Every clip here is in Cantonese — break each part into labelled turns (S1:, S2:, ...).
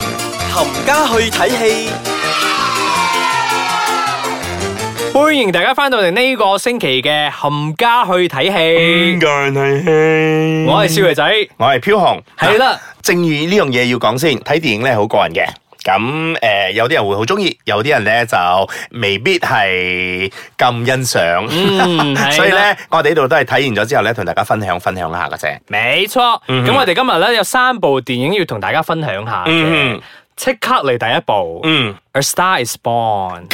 S1: 冚家去睇戲，
S2: 欢迎大家翻到嚟呢个星期嘅冚家去睇戏，
S3: 硬係氣。
S2: 我系少爷仔，
S3: 嗯我係飄紅。
S2: 系啦，
S3: À, ờ, 正如呢樣嘢要講先，睇電影呢，好個人嘅。咁，誒，有啲人會好鍾意，有啲人呢，就未必係咁欣
S2: Ừ,
S3: 賞。
S2: 嗯，係啦
S3: 所以呢，我哋呢度都係睇完咗之後呢，同大家分享-分享下嘅啫。
S2: 没错。
S3: 嗯
S2: 咁我哋今日咧有三部电影要同大家分享下嘅
S3: 嗯，
S2: 即刻嚟第一部《A Star Is Born》，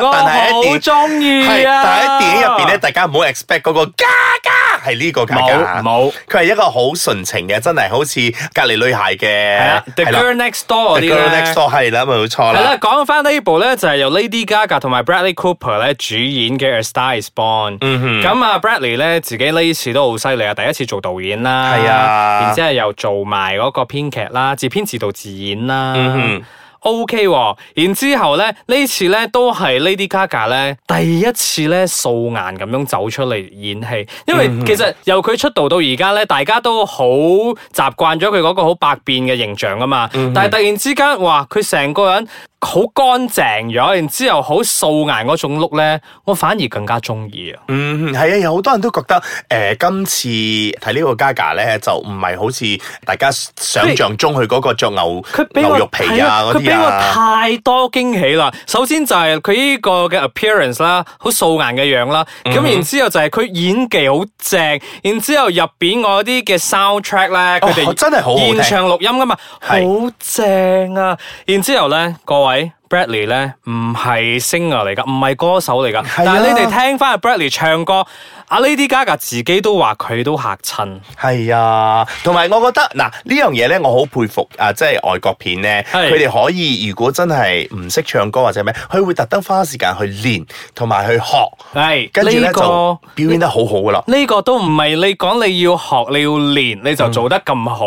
S2: 我
S3: 但係喺電-
S2: 好中意啊！
S3: 係，但係喺電影入邊呢，大家唔好expect嗰個嘎嘎係呢個嘎
S2: 冇
S3: 嘎。
S2: 冇
S3: 佢係一個好純情嘅，真係好似隔離女孩嘅，
S2: 系啦，《The
S3: 係啦，
S2: Girl à. Next Door》嗰
S3: The
S2: 啲
S3: Girl
S2: 咧
S3: Next。Door，係啦，冇錯啦。
S2: 系啦，講翻呢部咧就係由 Lady Gaga 同埋 Bradley Cooper 咧主演嘅《A Star Is Born》。咁
S3: 嗯
S2: 啊，Bradley 咧自己呢次都好犀利啊，第一次做導演啦，
S3: 係啊
S2: 然之後又做埋嗰個編劇啦，自編自導自演啦。
S3: 嗯哼
S2: O K 喎，然之後咧呢次咧都係 Lady Gaga 咧第一次咧素顏咁樣走出嚟演戲，因為
S3: 嗯
S2: 其實由佢出道到而家咧，大家都好習慣咗佢嗰個好百變嘅形象啊嘛，
S3: 嗯
S2: 但係突然之間，哇！佢成個人好乾淨咗，然之後好素顏嗰種 look 咧，我反而更加中意啊！
S3: 嗯，係啊，有好多人都覺得誒、呃今次睇呢個 Gaga 咧，就唔係好似大家想象中佢嗰個着牛
S2: 佢俾我
S3: 牛肉皮啊
S2: 係
S3: 嗰
S2: 佢俾
S3: 啲
S2: 我
S3: 啊，
S2: 太多驚喜啦！首先就係佢呢個嘅 appearance 啦，好素顏嘅樣啦，
S3: 嗯
S2: 咁、然之後就係佢演技好正，然之後入邊嗰啲嘅 soundtrack 咧，佢哋、
S3: 哦真係好好聽
S2: 現場錄音噶嘛，好
S3: 係
S2: 正啊！然之後咧，各位。Bradley 咧唔係 singer 嚟噶，唔係歌手嚟噶。
S3: 係啊
S2: 但係你哋聽翻阿 Bradley 唱歌，阿 Lady Gaga 自己都話佢都嚇親。
S3: 係啊，同埋我覺得嗱呢樣嘢咧，我好佩服啊！即係外國片咧，
S2: 係
S3: 佢哋可以如果真係唔識唱歌或者咩，佢會特登花時間去練同埋去學，
S2: 係
S3: 跟住咧、
S2: 哎呢個
S3: 就表演得好好噶啦。
S2: 呢個都唔係你講你要學你要練你就做得咁好。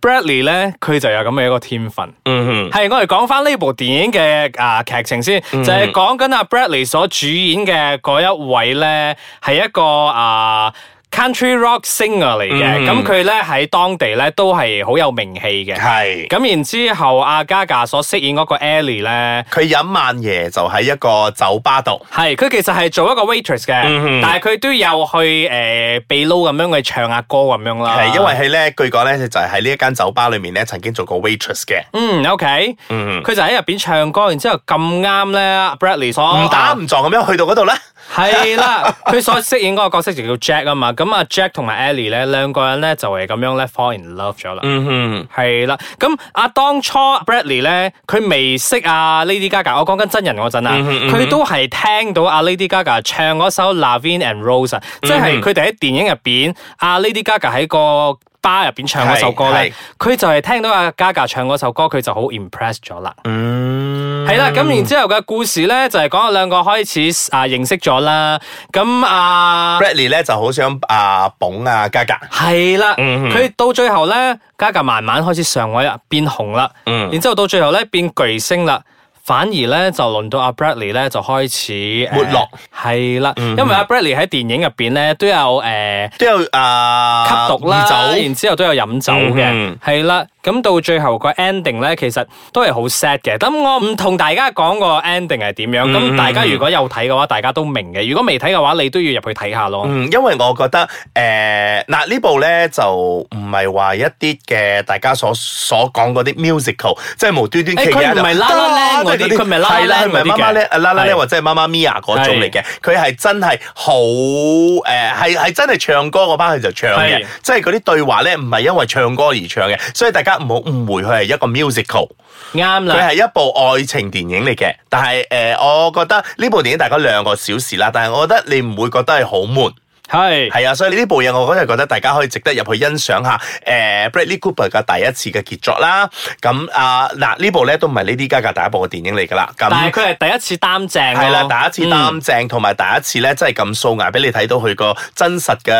S2: Bradley 咧佢就有咁嘅一個天分。
S3: 嗯
S2: 係我哋講翻呢部電影嘅啊劇情先，就係講緊阿 Bradley 所主演嘅嗰一位咧係一個啊。country rock singer 嚟嘅，
S3: 嗯
S2: 咁佢咧喺當地咧都係好有名氣嘅
S3: 哼，。係。
S2: 咁然之後，阿 Gaga 所飾演嗰個 Ellie 咧，
S3: 佢飲晚夜就喺一個酒吧度。
S2: 係佢其實係做一個 waitress 嘅，
S3: 嗯
S2: 但係佢都有去誒、呃、被撈咁樣去唱下歌咁樣啦。
S3: 係因為佢咧，據講咧就係喺呢一間酒吧裏面咧，曾經做過 waitress 嘅。
S2: 嗯，OK，
S3: 嗯，
S2: 佢就喺入邊唱歌，然之後咁啱咧，Bradley 所啊
S3: 唔打唔撞咁樣去到嗰度咧，
S2: 係啦，佢所飾演嗰個角色就叫 Jack 啊嘛，咁啊 Jack 同埋 Ellie 咧兩個人咧就係咁樣咧 fall in love 咗啦。
S3: 嗯哼，
S2: 係啦，咁啊，當初 Bradley 咧，佢未識啊 Lady Gaga，我講緊真人嗰陣啊，
S3: 嗯
S2: 佢都係聽到啊 Lady Gaga 唱嗰首《Lavin and Rose》，啊，
S3: 嗯
S2: 即係佢哋喺電影入邊，啊 Lady Gaga 喺個巴入邊唱嗰首歌咧
S3: 係，
S2: 佢就係聽到阿 Gaga 唱嗰首歌，佢就好 impress 咗啦。
S3: 嗯，
S2: 係啦，咁然之後嘅故事咧就係講兩個開始啊認識咗啦，咁啊。
S3: Bradley 咧就好想啊捧啊嘉嘉，
S2: 係啦，
S3: 嗯
S2: 佢、到最後咧，嘉嘉慢慢開始上位啦，變紅啦，
S3: 嗯
S2: 然之后到最後咧變巨星啦。反而咧就輪到阿 Bradley 咧就開始
S3: 沒落，嗯
S2: 呃係啦、因為阿 Bradley 喺電影入邊咧都有誒、呃
S3: 都有啊
S2: 吸毒啦，
S3: 二酒
S2: 然之後都有飲酒嘅
S3: 嗯，
S2: 係啦、咁到最後個 ending 咧，其實都係好 sad 嘅。咁我唔同大家講個 ending 係點
S3: 嗯
S2: 樣，咁、大家如果有睇嘅話，大家都明嘅；如果未睇嘅話，你都要入去睇下咯。
S3: 嗯，因為我覺得誒嗱、呢部咧就唔係話一啲嘅大家所所講嗰啲 musical，即係無端端
S2: 誒
S3: 企
S2: 佢
S3: 喺
S2: 唔
S3: 度
S2: 係啦啦
S3: 啊
S2: 靚嗰啲佢唔係啦啦
S3: 係啦，
S2: 靚
S3: 佢唔係
S2: 嗰啲
S3: 媽媽咧
S2: 嘅
S3: 啊啦啦咧
S2: 係
S3: 或者係媽媽 Mia 嗰種嚟嘅，佢係真係好誒係係真係唱歌嗰班佢就唱
S2: 係
S3: 嘅，即係嗰啲對話咧唔係因為唱歌而唱嘅，所以大家唔好誤會佢係一個 musical。
S2: 啱啦、
S3: 佢係一部愛情電影嚟嘅，但係誒、呃我覺得呢部電影大概兩個小時啦，但係我覺得你唔會覺得係好悶，
S2: 係。
S3: 係啊，所以呢部嘢我真係覺得大家可以值得入去欣賞下誒、呃 Bradley Cooper 嘅第一次嘅傑作啦。咁啊嗱呢部咧都唔係 Lady Gaga 第一部嘅電影嚟㗎啦，咁
S2: 但係佢係第一次擔正咯
S3: 係啦，第一次
S2: 嗯
S3: 擔正，同埋、第一次咧，真係咁素顏俾你睇到佢個真實嘅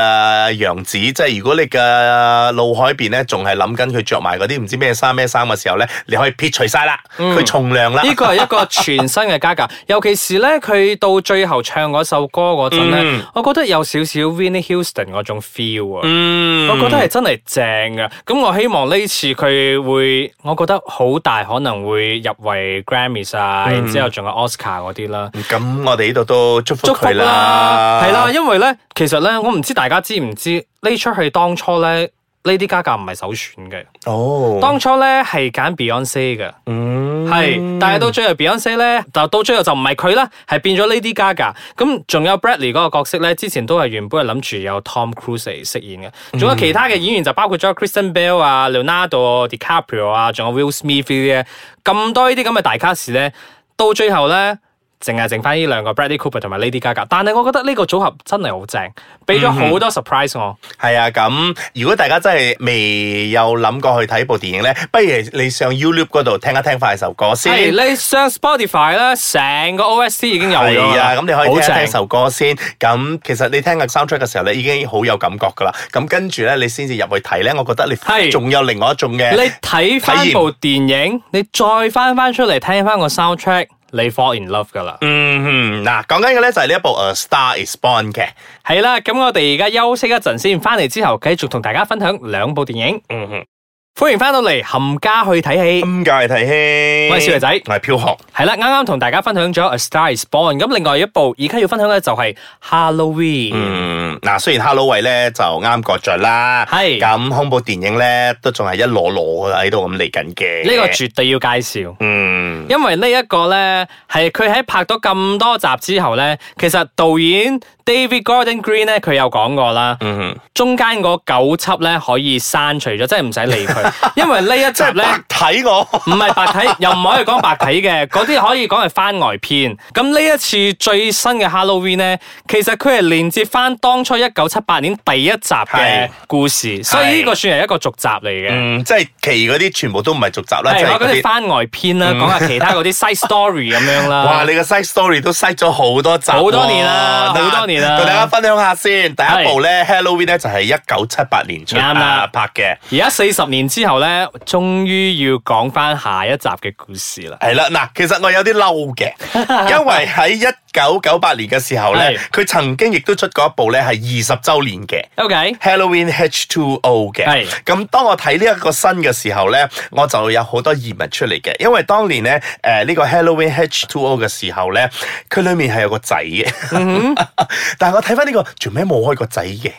S3: 樣子。即係如果你嘅腦海邊咧，仲係諗緊佢着埋嗰啲唔知咩衫咩衫嘅時候咧，你可以撇除晒啦，
S2: 嗯
S3: 佢從良啦。
S2: 呢個係一個全 新嘅加價，尤其是咧佢到最後唱嗰首歌嗰陣咧，
S3: 嗯
S2: 我覺得有少少 Vinnie Houston 嗰種 feel 啊。
S3: 嗯
S2: 我覺得係真係正嘅，咁我希望呢次佢會，我覺得好大可能會入圍 Grammys 啊，
S3: 嗯
S2: 然之後仲有 Oscar 嗰啲啦。
S3: 咁，我哋呢度都嗯祝福
S2: 祝福
S3: 佢啦
S2: 啦，，係啦，。因為咧，其實咧，我唔知大家知唔知呢出戲當初咧，Lady Gaga 唔係首選嘅，
S3: 哦，
S2: 當初咧係揀 Beyonce 嘅。
S3: 嗯
S2: 係，但係到最後 Beyonce 咧，就到最後就唔係佢啦，係變咗 Lady Gaga。咁仲有 Bradley 嗰個角色咧，之前都係原本係諗住有 Tom Cruise 嚟飾演嘅，
S3: 嗯
S2: 仲有其他嘅演員就包括咗 Kristen Bell 啊、Leonardo DiCaprio 啊，仲有 Will Smith 呢啲咧，咁多呢啲咁嘅大卡士咧，到最後咧。淨係剩翻呢兩個 Bradley Cooper 同埋 Lady Gaga，但係我覺得呢個組合真係好正，俾
S3: 嗯
S2: 咗好多 surprise 我。
S3: 係啊，咁如果大家真係未有諗過去睇部電影咧，不如你上 YouTube 嗰度聽一聽翻首歌先。
S2: 係你上 Spotify 啦，成個 OST 已經有咗
S3: 係
S2: 啦
S3: 啊，咁你可以
S2: 好
S3: 聽一
S2: 正
S3: 聽首歌先。咁其實你聽個 soundtrack 嘅時候咧，已經好有感覺噶啦。咁跟住咧，你先至入去睇咧，我覺得你
S2: 係
S3: 仲有另外一種嘅。
S2: 你睇翻部電影，你再翻翻出嚟聽翻個 soundtrack，你 fall in love 噶啦。
S3: 嗯哼，嗱，講緊嘅咧就係呢一部《A Star Is Born》嘅。
S2: 係啦，咁我哋而家休息一陣先，翻嚟之後繼續同大家分享兩部電影。
S3: 嗯哼，
S2: 歡迎翻到嚟冚家去睇戲。
S3: 咁嘅睇戲。
S2: 我係小肥仔
S3: 我係飄學。
S2: 係啦，啱啱同大家分享咗《A Star Is Born》，咁另外一部而家要分享嘅就係《Halloween》。
S3: 嗯，嗱，雖然 Hello 位咧就啱割着啦，
S2: 係
S3: 咁恐怖電影咧都仲係一摞摞喺度咁嚟緊嘅。
S2: 呢個絕對要介紹。
S3: 嗯。
S2: 因為呢一個呢，係佢喺拍咗咁多集之後呢，其實導演 David Gordon Green 呢，佢有講過啦，
S3: 嗯，
S2: 中間嗰九輯呢，可以刪除咗，即係唔使理 佢，因為呢一集
S3: 即係
S2: 呢，
S3: 白睇我，
S2: 唔係白體，又唔可以講白體嘅，嗰啲可以講係番外篇。咁呢一次最新嘅 Halloween 呢，其實佢係連接翻當初一九七八年第一集
S3: 係
S2: 嘅故事，所以呢個算係一個續集嚟嘅。
S3: 嗯，即係其餘嗰啲全部都唔係續集啦，即
S2: 係
S3: 係
S2: 我嗰
S3: 嗰
S2: 啲
S3: 啲。嗯
S2: 番外篇啦，講下其他嗰啲 side story 咁樣啦。
S3: 哇！你個 side story 都 side 咗好多集喎，
S2: 啊好多年啦
S3: 嗱
S2: 好多年啦
S3: 同大家分享下先。第一部咧，Halloween 咧就係一九七八年出
S2: 啱啦
S3: 啊拍嘅。
S2: 而家四十年之後咧，終於要講翻下一集嘅故事啦。
S3: 係啦，嗱，其實我有啲 嬲嘅，因為喺一九九八年嘅時候咧，佢曾經亦都出過一部咧係二十周年嘅
S2: OK，
S3: Halloween H2O 嘅
S2: 係。
S3: 咁當我睇呢一個新嘅時候咧，我就有好多疑問出嚟嘅，因為當年咧誒呢個 Halloween H2O 嘅時候咧，佢裡面係有個仔嘅，
S2: 嗯
S3: 但係我睇翻呢個做咩冇開個仔嘅？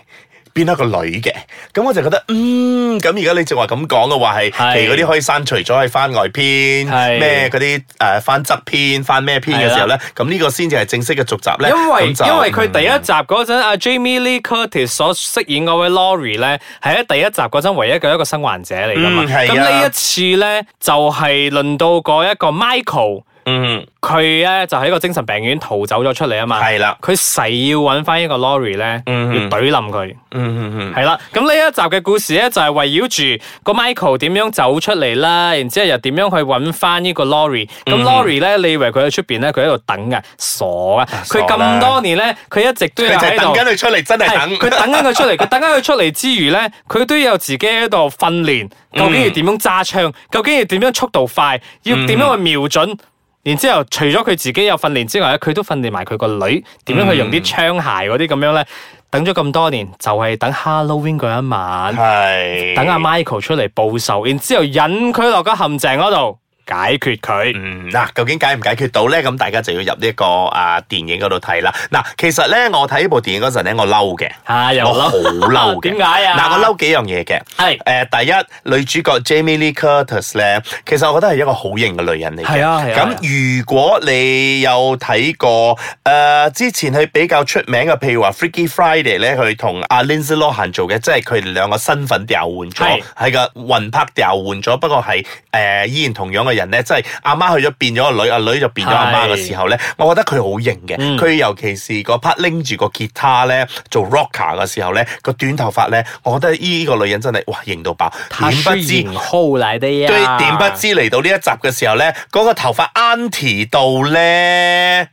S3: 變咗個女嘅，咁我就覺得，嗯，咁而家你正話咁講嘅話係，
S2: 係
S3: 其實嗰啲可以刪除咗係番外篇，
S2: 係
S3: 咩嗰啲誒翻側篇、翻咩篇嘅時候咧，咁呢個先至係正式嘅續集咧。
S2: 因為
S3: 咁就
S2: 因為佢第一
S3: 嗯
S2: 集嗰陣，阿 Jamie Lee Curtis 所飾演嗰位 Laurie 咧，係喺第一集嗰陣唯一嘅一個生還者嚟噶嘛。
S3: 嗯係啊
S2: 咁呢一次咧，就係輪到嗰一個 Michael，
S3: 嗯
S2: 佢咧就喺一個精神病院逃走咗出嚟啊嘛。
S3: 係啦，
S2: 佢誓要揾翻一個 Laurie 咧，
S3: 嗯
S2: 要懟冧佢。
S3: 嗯嗯嗯
S2: 係啦，咁呢一集嘅故事咧就係圍繞住個 Michael 點樣走出嚟啦，然之後又點樣去揾翻呢個 Laurie。咁
S3: 嗯
S2: Laurie 咧，你以為佢喺出邊咧，佢喺度等嘅，傻啊！
S3: 傻
S2: 佢咁多年咧，佢一直都有
S3: 佢就
S2: 喺
S3: 係等
S2: 度
S3: 緊。佢出嚟，真係
S2: 係佢
S3: 等。
S2: 等緊佢出 嚟，佢等緊佢出嚟之餘咧，佢都有自己喺度訓練，
S3: 嗯
S2: 究竟要點樣揸槍，究竟要點樣速度快，要
S3: 嗯
S2: 點樣去瞄準。然之後，除咗佢自己有訓練之外咧，佢都訓練埋佢個女點
S3: 嗯
S2: 樣去用啲槍械嗰啲咁樣咧。等咗咁多年，就係、等 Halloween 嗰一晚，
S3: 係
S2: 嗯等阿 Michael 出嚟報仇，然之後引佢落個陷阱嗰度解決佢。
S3: 嗯，嗱，究竟解唔解決到咧？咁大家就要入呢一個啊電影嗰度睇啦。嗱，其實咧，我睇呢部電影嗰陣咧，我嬲嘅，
S2: 啊，又
S3: 我好
S2: 嬲，
S3: 嬲嘅。
S2: 點解啊？
S3: 嗱，我嬲幾樣嘢嘅。
S2: 係
S3: 誒、第一女主角 Jamie Lee Curtis 咧，其實我覺得係一個好型嘅女人嚟嘅。
S2: 係啊係啊係啊
S3: 咁如果你有睇過誒、呃之前佢比較出名嘅，譬如話 Freaky Friday 咧，佢同阿 Lindsay Lohan 做嘅，即係佢哋兩個身份調換咗
S2: 係，
S3: 係個魂魄調換咗，不過係誒、呃依然同樣嘅人咧，即係阿媽去咗變咗個女，阿女就變咗阿媽嘅時候咧，我覺得佢好型嘅。
S2: 嗯
S3: 佢、尤其是嗰 part 拎住個吉他咧做 rocker 嘅時候咧，個短頭髮咧，我覺得呢個女人真係哇型到爆，
S2: 他
S3: 點不
S2: 是
S3: 知
S2: 影。后嚟的呀，
S3: 對，點不知嚟到呢一集嘅時候咧，嗰、個頭髮 anti 到咧，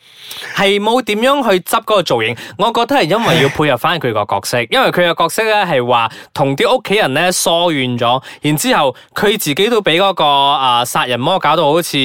S2: 係冇點樣去執嗰個造型，我覺得係因為要配合翻佢個角色，因為佢個角色咧係話同啲屋企人咧疏遠咗，然之後佢自己都俾嗰個啊殺人魔搞到好似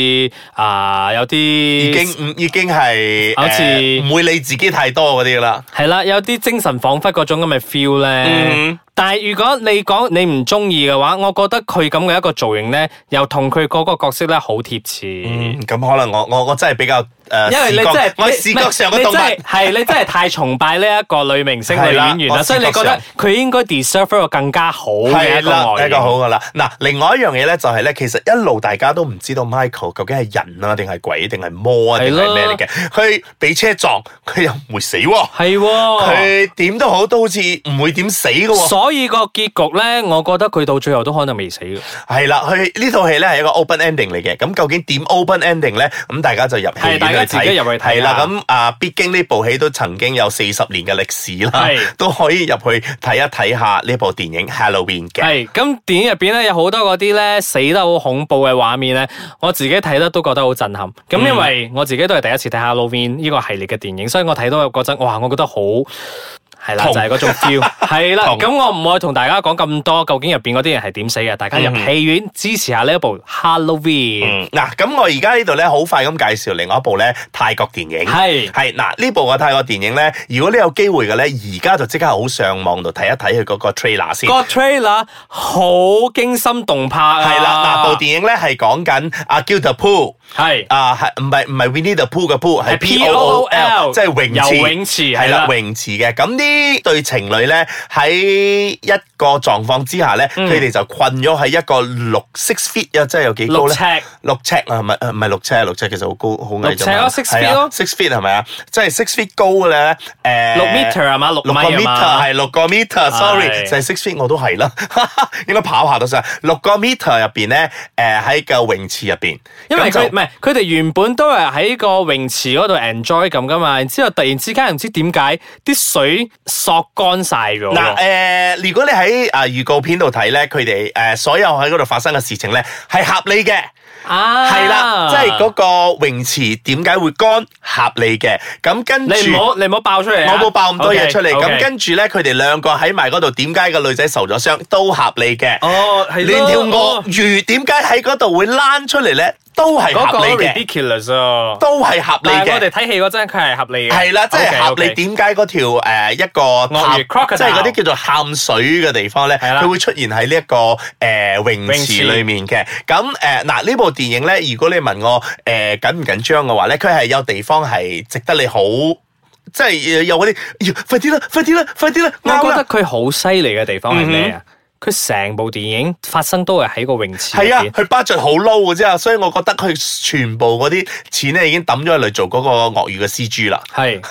S2: 啊有啲
S3: 已經唔嗯已經係
S2: 好似
S3: 誒唔會理自己太多嗰啲啦。
S2: 系啦，有啲精神恍惚嗰種咁嘅 feel 咧。
S3: 嗯
S2: 但係如果你講你唔中意嘅話，我覺得佢咁嘅一個造型咧，又同佢嗰個角色咧好貼切。
S3: 嗯，咁可能我我我真係比較誒，
S2: 因為你真係
S3: 視覺我視覺上嘅動物。
S2: 系你真係太崇拜呢一個女明 星、女
S3: 係啦
S2: 演員啦，
S3: 我
S2: 所以你
S3: 視覺
S2: 覺得
S3: 上
S2: 佢應該 deserve 一個更加好嘅
S3: 係
S2: 一個
S3: 啦，
S2: 外
S3: 一個好
S2: 形。
S3: 噶啦。嗱，另外一樣嘢咧就係咧，其實一路大家都唔知道 Michael 究竟係人啊，定係鬼，定係魔啊，定係咩嚟嘅？佢俾車撞，佢又唔會死喎。
S2: 係喎，
S3: 佢點都好，都好似唔會點死嘅喎。
S2: 所以個結局咧，我覺得佢到最後都可能未死嘅。
S3: 係啦，佢呢套戲咧係一個 open ending 嚟嘅。咁究竟點 open ending 咧？咁大家就入戲
S2: 係
S3: 院
S2: 大家
S3: 睇。
S2: 自己入去睇
S3: 係啦，
S2: 啦
S3: 咁啊，畢竟呢部戲都曾經有四十年嘅歷史啦
S2: 係，
S3: 都可以入去睇一睇下呢部電影 Halloween 嘅。
S2: 係咁電影入邊咧有好多嗰啲咧死得好恐怖嘅畫面咧，我自己睇得都覺得好震撼。咁
S3: 嗯
S2: 因為我自己都係第一次睇 Halloween 呢個系列嘅電影，所以我睇到嗰陣，哇！我覺得好係啦，就
S3: 痛
S2: 係嗰種 feel 係啦。
S3: 痛
S2: 咁我唔愛同大家講咁多，究竟入邊嗰啲人係點死嘅？大家入戲院支持下呢一部 Halloween。
S3: 嗯，嗱，咁我而家呢度咧，好快咁介紹另外一部咧泰國電影。
S2: 係
S3: 係嗱，呢部嘅泰國電影咧，如果你有機會嘅咧，而家就即刻好上網度睇一睇佢嗰個 trailer 先。
S2: 個 trailer 好驚心動魄啊！
S3: 係啦，嗱，部電影咧係講緊阿 g i l d e p o o
S2: 係
S3: 啊，係唔係唔係 Winnie the Pooh 嘅 Pooh，係
S2: 係
S3: P O O L，即係泳池，
S2: 游泳池
S3: 係
S2: 係啦
S3: 啦，泳池嘅。咁呢對情侶咧喺一個狀況之下咧，佢哋就困咗喺一個六 six feet 啊，即係有幾高
S2: 六
S3: 咧
S2: 尺？。
S3: 六尺啊，唔係唔係六尺，六尺其實好高好矮
S2: 六尺咯
S3: 啫
S2: ，six
S3: 係
S2: feet 咯
S3: 啊，six feet 係咪啊？即係 six feet 高嘅咧，誒
S2: 六 meter 係嘛？六
S3: 六
S2: 米
S3: 個
S2: 係
S3: meter
S2: 嘛？
S3: 係六個 meter，sorry，
S2: 係
S3: 就係 six feet 我都係啦， 應該跑下都上六個 meter 入邊咧，誒喺個泳池入邊，
S2: 因為
S3: 咁就
S2: 佢唔係佢哋原本都係喺個泳池嗰度 enjoy 咁噶嘛，然之後突然之間唔知點解啲水索乾晒咗
S3: 嗱誒、
S2: 喎。
S3: 如果你喺啊預告片度睇咧，佢哋誒所有喺嗰度發生嘅事情咧係合理嘅，
S2: 啊，
S3: 係啦、即係嗰個泳池點解會乾合理嘅，咁跟
S2: 你唔
S3: 住。
S2: 好你唔好爆出嚟啊，
S3: 我冇爆咁多嘢出嚟，咁
S2: OK，OK
S3: 跟住咧，佢哋兩個喺埋嗰度，點解個女仔受咗傷都合理嘅。
S2: 哦係咯
S3: 連條
S2: 哦
S3: 鱷魚點解喺嗰度會躝出嚟咧，都係
S2: 嗰個
S3: 合理嘅，
S2: ridiculous 啊！
S3: 都係合理
S2: 但係我哋
S3: 嘅。
S2: 睇戲嗰陣佢係合理嘅，
S3: 係啦，即係合理。點解嗰條誒一個
S2: 鱷魚 crocodile
S3: 即係嗰啲叫做喊水嘅地方咧，
S2: 係啦
S3: 佢會出現喺呢一個誒泳池
S2: 泳池
S3: 裡面嘅。咁誒嗱呢部電影咧，如果你問我誒緊唔緊張嘅話咧，佢係有地方係值得你好。即係有嗰啲，要快啲啦，快啲啦，快啲啦！
S2: 我
S3: 啱啦嗯
S2: 覺得佢好犀利嘅地方係咩啊？佢成部電影發生都係喺個泳池入
S3: 係啊，
S2: 邊。
S3: 佢 budget 好 low 嘅啫，所以我覺得佢全部嗰啲錢咧已經抌咗去嚟做嗰個鱷魚嘅 CG 啦。
S2: 系，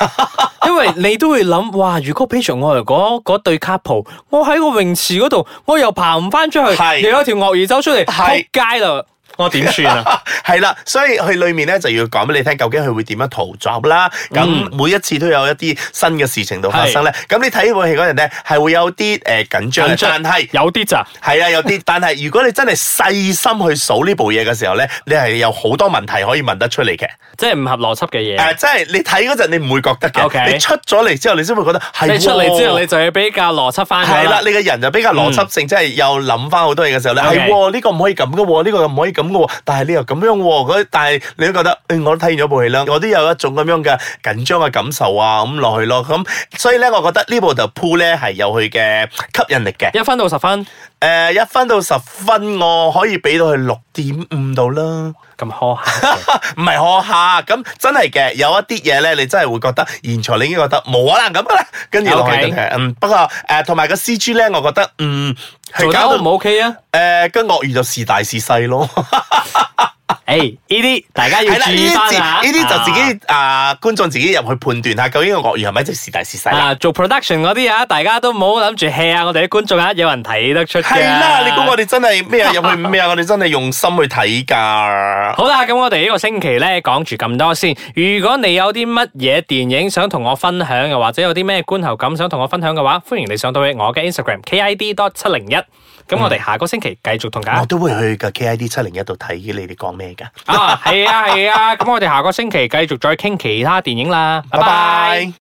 S2: 因為你都會諗，哇！如果俾着我嚟嗰嗰對 couple，我喺個泳池嗰度，我又爬唔翻出去，
S3: 係
S2: 又有條鱷魚走出嚟，
S3: 係
S2: 撲街啦！我點算啊？
S3: 係啦，所以佢裏面咧就要講俾你聽，究竟佢會點樣逃走啦。
S2: 嗯
S3: 咁每一次都有一啲新嘅事情度發生咧。咁你睇呢部戲嗰陣咧，係會有啲誒緊張嘅，但係
S2: 有啲咋？
S3: 係啊，有 啲，但係如果你真係細心去數呢部嘢嘅時候咧，你係有好多問題可以問得出嚟嘅。
S2: 即係唔合邏輯嘅嘢。
S3: 誒，即係你睇嗰陣你唔會覺得
S2: OK
S3: 嘅，你出咗嚟之後你先會覺得係
S2: 你
S3: 喎。
S2: 出嚟之後，你就要比較邏輯翻
S3: 係啦，嗯你個人就比較邏輯性，即係又諗翻好多嘢嘅時候咧，
S2: OK
S3: 係喎呢個唔可以咁嘅喎，呢個唔可以咁嘅喎，但係你又咁樣喎，嗰但係你都覺得，誒我都睇完咗部戲啦，我都有一種咁樣嘅緊張嘅感受啊，咁落去咯，咁所以咧，我覺得呢部就 Pool 咧係有佢嘅吸引力嘅，
S2: 一分到十分
S3: 誒一分到十分，我可以俾到佢六點五度啦。
S2: 咁 苛刻嘅。
S3: 唔係可下，咁真係嘅，有一啲嘢咧，你真係會覺得現場你已經覺得冇可能咁噶啦，跟住落去
S2: OK
S3: 嘅。嗯，不過誒同埋個 C G 咧，我覺得嗯，
S2: 做
S3: 佢
S2: 得
S3: 搞
S2: 好
S3: 到
S2: 唔 OK 啊？
S3: 誒跟鱷魚就是大是細 咯，
S2: 誒，呢啲大家要
S3: 係啦，
S2: 注
S3: 呢
S2: 意
S3: 啲
S2: 翻
S3: 自
S2: 啊！
S3: 呢啲就自己啊觀眾自己入去判斷下，究竟個鱷魚係咪一隻是大是細啦。
S2: 啊，做 production 嗰啲啊，大家都唔好諗住 hea 啊！我哋啲觀眾啊，有人睇得出嘅。
S3: 係啦，你估我哋真係咩啊？入去咩啊？我哋真係用心去睇㗎。
S2: 好啦，咁我哋呢個星期咧講住咁多先。如果你有啲乜嘢電影想同我分享，又或者有啲咩觀後感想同我分享嘅話，歡迎你上到去我嘅 Instagram KID 多七零一。咁我哋下個星期繼續同大
S3: 我
S2: 家
S3: 都會去個 K I D 七零一度睇你哋講咩㗎。
S2: 啊，係啊係啊，咁我哋下個星期繼續再傾其他電影啦，拜
S3: 拜
S2: 拜
S3: 拜。